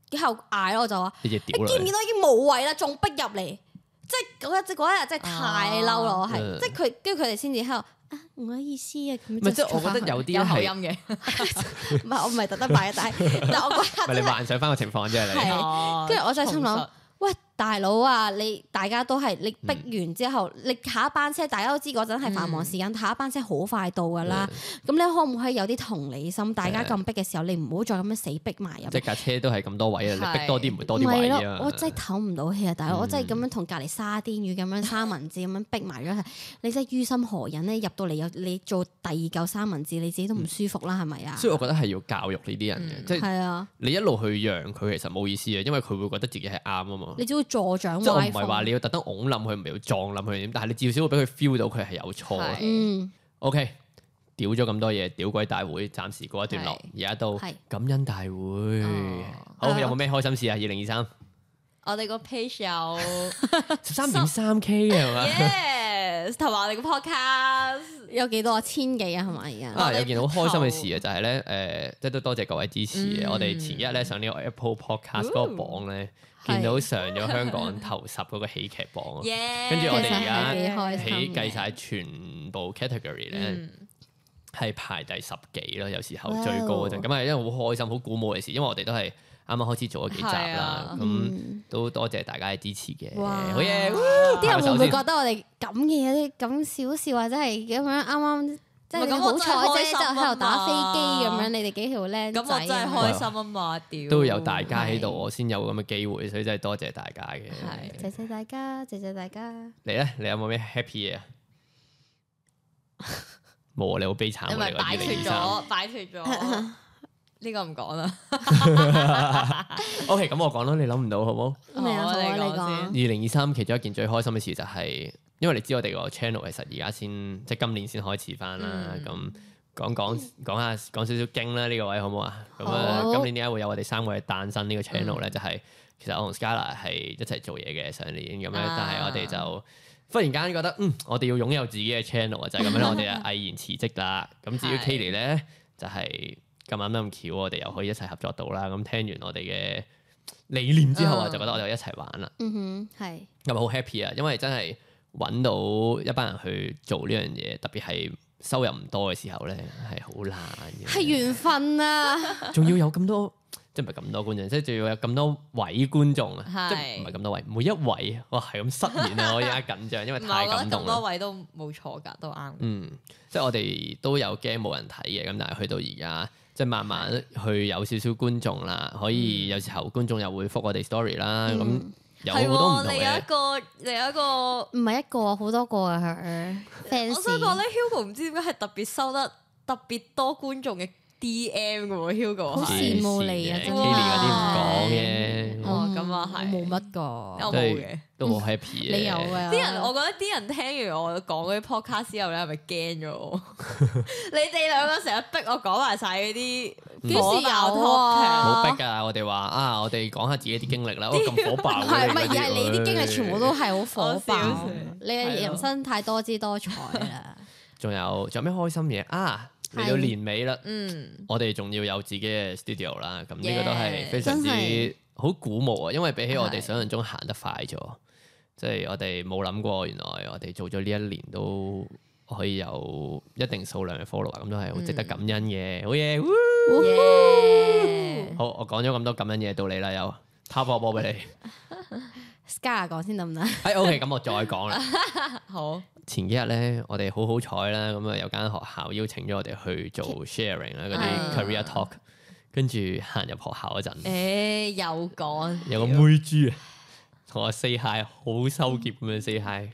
A: 喺後嗌咯，我就話。
B: 你只
A: 你
B: 屌啦
A: 見唔
B: 你
A: 見！到已經冇位啦，仲逼入嚟，即係嗰一即嗰一日真係太嬲啦！我
B: 嗯
A: 係即係佢，跟住佢哋先至喺度啊，唔好意思啊，咁
B: 唔係
A: 樣
B: 即
A: 就
B: 係我覺得
A: 出返去
B: 有啲
C: 有口音
B: 係，
C: 嘅，
A: 唔係我唔係特登擺，但係但係我嗰
B: 咪
A: 刻
B: 你
A: 真係，
B: 幻想翻個情況啫你。
A: 係啊
C: 哦
A: 跟住我就心諗，喂大佬啊，你大家都係你
B: 嗯
A: 逼完之後，你下一班車大家都知嗰陣係繁忙時間，
B: 嗯
A: 下一班車好快到㗎啦。咁你可唔可以有啲同理心？大家咁逼嘅時候，你唔好再咁樣死逼埋入
B: 即係架車都係咁多位啊，你
C: 係
B: 逼多啲唔會
A: 唔
B: 多啲位
A: 係
B: 啊
A: 咯，。我真係唞唔到氣啊！大佬，
B: 嗯
A: 我真係咁樣同隔離沙甸魚咁樣三文治咁樣逼埋咗一齊，你真係於心何忍咧？入到嚟有你做第二嚿三文治，你自己都唔舒服啦，係咪啊？
B: 嗯所以我覺得係要教育呢啲人嘅，
C: 嗯
B: 即係
A: 係啊，
B: 你一路去讓佢，其實冇意思嘅，因為佢會覺得自己係啱啊嘛。
A: 你只會助長
B: 即係我
A: 歪
B: 唔係話你
A: 風。
B: 要特登拱冧佢，唔係要撞冧佢點，但係你至少會俾佢 feel 到佢係有錯。啊
C: 係
A: 嗯，
B: OK，屌咗咁多嘢，屌鬼大會暫時過一段落，而家到
A: 係
B: 感恩大會
C: 哦。
B: 好，
A: 啊
B: 有冇咩開心事啊？二零二三
C: 我哋個 page 有
B: 十三點三 K 啊係嘛？
C: yes，同埋我哋個 podcast。
A: 有幾多啊？千幾啊？係咪而家？
B: 啊，
C: 我哋
B: 有件好開心嘅事啊，就係咧，誒，即係都多謝各位支持嘅。
C: 嗯
B: 我哋前一日咧上呢個 Apple Podcast 嗰個榜咧，見到上咗香港頭十嗰個喜劇 榜啊。
C: 耶！
B: 跟住我哋而家
A: 其實係幾開
B: 起
A: 心嘅
B: 計晒全部 category 咧，
C: 嗯
B: 係排第十幾咯，有時候
A: 哇哦
B: 最高嗰陣，咁係啊因為好開心、好鼓舞嘅事，因為我哋都係啱啱開始做咗幾集
C: 係
B: 啦
C: 啊，
B: 咁
A: 嗯，
B: 都多謝大家嘅支持嘅，
A: 哇
B: 好嘢！
A: 哦啲人會唔會
B: 會
A: 覺得我哋咁嘅嘢，咁小事或者係咁樣啱啱，即係
C: 唔係
A: 你
C: 咁我
A: 好
C: 真係
A: 彩
C: 開
A: 啫，
C: 心
A: 就
C: 啊
A: 喺度打飛機咁
C: 嘛
A: 樣，你哋幾條僆
C: 咁我真係
A: 開，
C: 開心啊嘛，屌！
B: 都會有大家喺度，
C: 係
B: 我先有咁嘅機會，所以真係多謝大家嘅。
C: 係
A: 謝謝大家，謝謝大家。
B: 你咧，啊你有冇咩 happy 嘢 啊？冇啊！你好悲慘啊！
C: 你咪
B: 你個
C: 擺脱
B: 2023
C: 咗，擺脱 咗。呢個唔講啦，
B: OK，咁我講啦，你諗唔到好冇？
A: 咩啊？
C: 好
A: 好啊，
C: 你
A: 你
C: 講
A: 講
B: 二。零二三其中一件最開心嘅事就係、因為你知我哋個 channel 其實而家先即係今年先開始翻啦，
C: 嗯
B: 咁、講講講下講少少經啦，呢、個位好唔好啊？咁啊，
A: 好
B: 今年點解會有我哋三個嘅誕生呢個 channel
C: 嗯
B: 咧？就係其實我同 Scala 係一齊做嘢嘅上年咁樣，
C: 啊
B: 但係我哋就。忽然間覺得，嗯，我哋要擁有自己嘅 channel 啊，就係咁樣 啦，我哋就毅然辭職啦。咁至於
C: 係
B: Kelly 咧，就係咁啱得咁巧，我哋又可以一齊合作到啦。咁聽完我哋嘅理念之後啊，
C: 嗯
B: 就覺得我哋一齊玩啦。
A: 嗯哼，係。
B: 咁咪好 happy 啊！因為真係揾到一班人去做呢樣嘢，特別係收入唔多嘅時候咧，係好難嘅。
A: 係緣分啊！
B: 仲要有咁多，即係唔係咁多觀眾，即係仲要有咁多位觀眾啊！
C: 係
B: 即係唔係咁多位，每一位我係咁失眠啊！我而家緊張，因為
C: 唔係
B: 太
C: 我
B: 感
C: 覺得
B: 動
C: 咁多
B: 啦。
C: 位都冇錯㗎，都啱。
B: 嗯，即係我哋都有驚冇人睇嘅，咁但係去到而家，即係慢慢去有少少觀眾啦，可
C: 嗯
B: 以有時候觀眾又會覆我哋 story 啦，咁、
A: 嗯
B: 有好多唔
C: 係
B: 同
C: 喎你有一
B: 嘅。
C: 個，你有一個，
A: 唔係一個，好多個啊佢
C: 我想講咧
A: ，fans。
C: ，Hugo 唔知點解係特別收得特別多觀眾嘅 DM 嘅喎，Hugo
A: 好
C: 係
A: 羨慕你啊
B: 黐線嘅 Kelly 嗰
A: 真嗯
C: 係
B: 啲唔講嘅。
C: 哦咁啊係
A: 我冇乜個
C: 我，
B: 都
C: 冇
B: 係
C: 嘅。
B: 都好 happy 嘅。
A: 你有啊？
C: 啲人，我覺得啲人聽完我講嗰啲 podcast 之後咧，係咪驚咗 我？你哋兩個成日逼我講埋晒嗰
A: 幾時
C: 啲火爆
A: 有
C: topic，
A: 啊？
B: 冇逼㗎，我哋話啊，我哋講下自己啲經歷 啦。哇，咁火爆嘅
A: 係唔係？
B: 嗰
A: 而係你啲經歷全部都係好火
C: 我笑
A: 爆
C: 死，
A: 你嘅
C: 係咯
A: 人生太多姿多彩啦。
B: 仲有仲有咩開心嘢啊？
A: 係
B: 嚟到年尾啦，
C: 嗯，
B: 我哋仲要有自己嘅 studio 啦。咁呢
C: Yeah，
B: 個都係非常
A: 真係
B: 之好鼓舞啊，因為比起我哋
C: 係
B: 想象中行得快咗，即係我哋冇諗過，原來我哋做咗呢一年
A: 嗯
B: 都可以有一定數量嘅 follow 啊，咁都係好值得感恩嘅。好嘢！woo！
C: 耶
B: 好，我講咗咁多咁樣嘢到你啦，又拋波波俾你。
A: Scar 講先得唔得？
B: 哎，OK，咁我 再講啦。
C: 好，
B: 前幾日咧，我哋好好彩啦，咁啊有間學校邀請咗我哋去做 sharing 啦，嗰
C: 嗯
B: 啲 career talk，跟住行入學校嗰陣，
C: 誒又講
B: 有個妹豬啊，同我 say hi，好羞澀咁樣 say hi，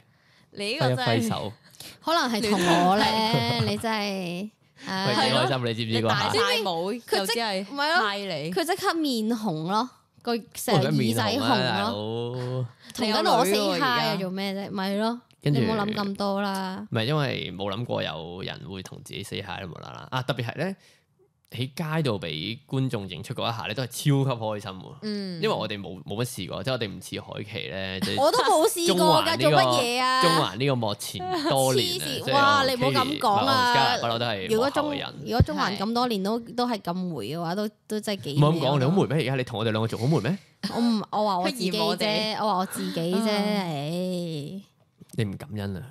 C: 你
B: 揮
C: 呢個
B: 一
C: 真
B: 啊揮
C: 係
B: 手，
A: 可能係同我咧，你真係
B: 喂，
A: 唉
B: 幾
C: 係咯
B: 開心，你知唔知
C: 你
B: 嗰
C: 大
B: 下？
C: 晒帽，又
A: 佢
C: 只
A: 即
C: 係
A: 咪咯
C: 嗨你，
A: 佢即刻面紅咯，個成
B: 哇
A: 個
B: 佢哦面
A: 耳仔
B: 紅啊
A: 紅
B: 大
A: 咯。
B: 佬
A: 同緊我
C: 你
A: say
C: 有女喎
A: hi
C: 而
A: 啊，
C: 家
A: 做咩啫？咪咯，你
B: 跟住
A: 冇諗咁多啦。
B: 唔係因為冇諗過有人會同自己 say hi 啦，無啦啦啊！特別係咧喺街度俾觀眾認出嗰一下咧，都係超級開心喎。
C: 嗯，
B: 因為我哋冇冇乜試過，即係我哋唔似海琪咧，即係
A: 我都冇試
B: 中
A: 過
B: 環
A: 㗎，
B: 呢
A: 做
B: 個
A: 乜嘢啊？
B: 中環呢個幕前多年啊
A: 黐線
B: 即係
A: 哇
B: 我
A: 你唔好咁
B: Katie
A: 講啊
B: 我家人不嬲都係
A: 如果
B: 幕後
A: 中
B: 嘅人
A: 如。果中環
C: 係
A: 咁多年都都係咁霉嘅話，都都真係幾
B: 唔好咁
A: 咩啊
B: 講，你好霉咩？而家你同我哋兩個做好霉咩？
A: 我唔我話我自己
C: 佢嫌我哋
A: 啫，我話我自己啫，
C: 嗯
A: 唉
B: 你唔感恩啊！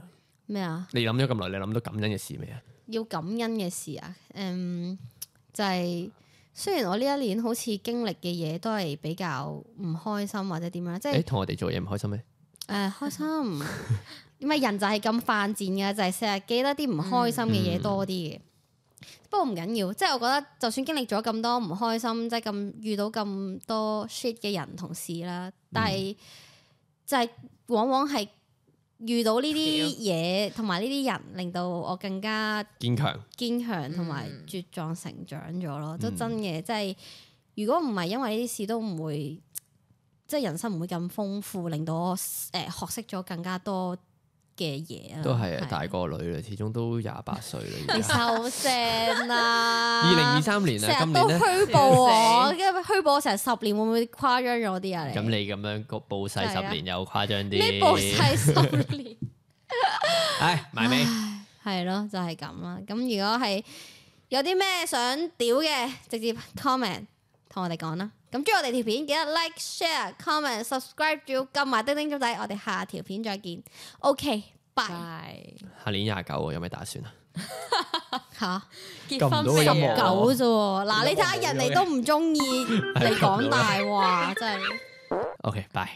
A: 咩啊？
B: 你諗咗咁耐，你諗到感恩嘅事未啊？
A: 要感恩嘅事啊，嗯，就係、雖然我呢一年好似經歷嘅嘢都係比較唔開心或者點樣，即係
B: 誒，同我哋做嘢唔開心咩？
A: 誒、開心，唔係人就係咁犯賤嘅，就係成日記得啲唔開心嘅嘢多啲嘅。不過唔緊要，即係我覺得就算經歷咗咁多唔開心，即係咁遇到咁多 shit 嘅人同事啦，但係就係往往係遇到呢啲嘢同埋呢啲人，令到我更加
B: 堅強，
A: 堅強同埋
C: 嗯
A: 茁壯成長咗咯，都
B: 嗯
A: 真嘅。即係如果唔係因為呢啲事，都唔會即係人生唔會咁豐富，令到我誒、呃、學識咗更加多嘅嘢啦。
B: 都係啊
A: 嗯係
B: 大個女啦，始終都廿八歲啦。而
A: 你
B: 家
A: 收聲
B: 二零二
A: 啦！
B: 三年啊，
A: 成
B: 今
A: 日都
B: 年咧。
A: 虛報 我，跟住虛報我成十年，會唔會誇張咗啲啊？
B: 咁
A: 你
B: 你咁樣個報世十年又誇張啲，
A: 呢部係十年。
B: 唉埋尾，
A: 係咯，就係咁啦。咁如果係有啲咩想屌嘅，直接 comment 同我哋講啦。咁中意我哋條片，記得 like、share、comment、subscribe，仲要撳埋叮叮鐘仔。我哋下條片再見。OK，拜
C: 係
B: 下年廿九喎有咩打算啊？
A: 吓
C: 結
B: 撳唔到
C: 婚
B: 個音
C: 未
B: 樂
C: 啊
B: 啊
A: 狗啫喎。嗱，你睇下人哋都唔中意你講大話，真係。
B: OK，拜。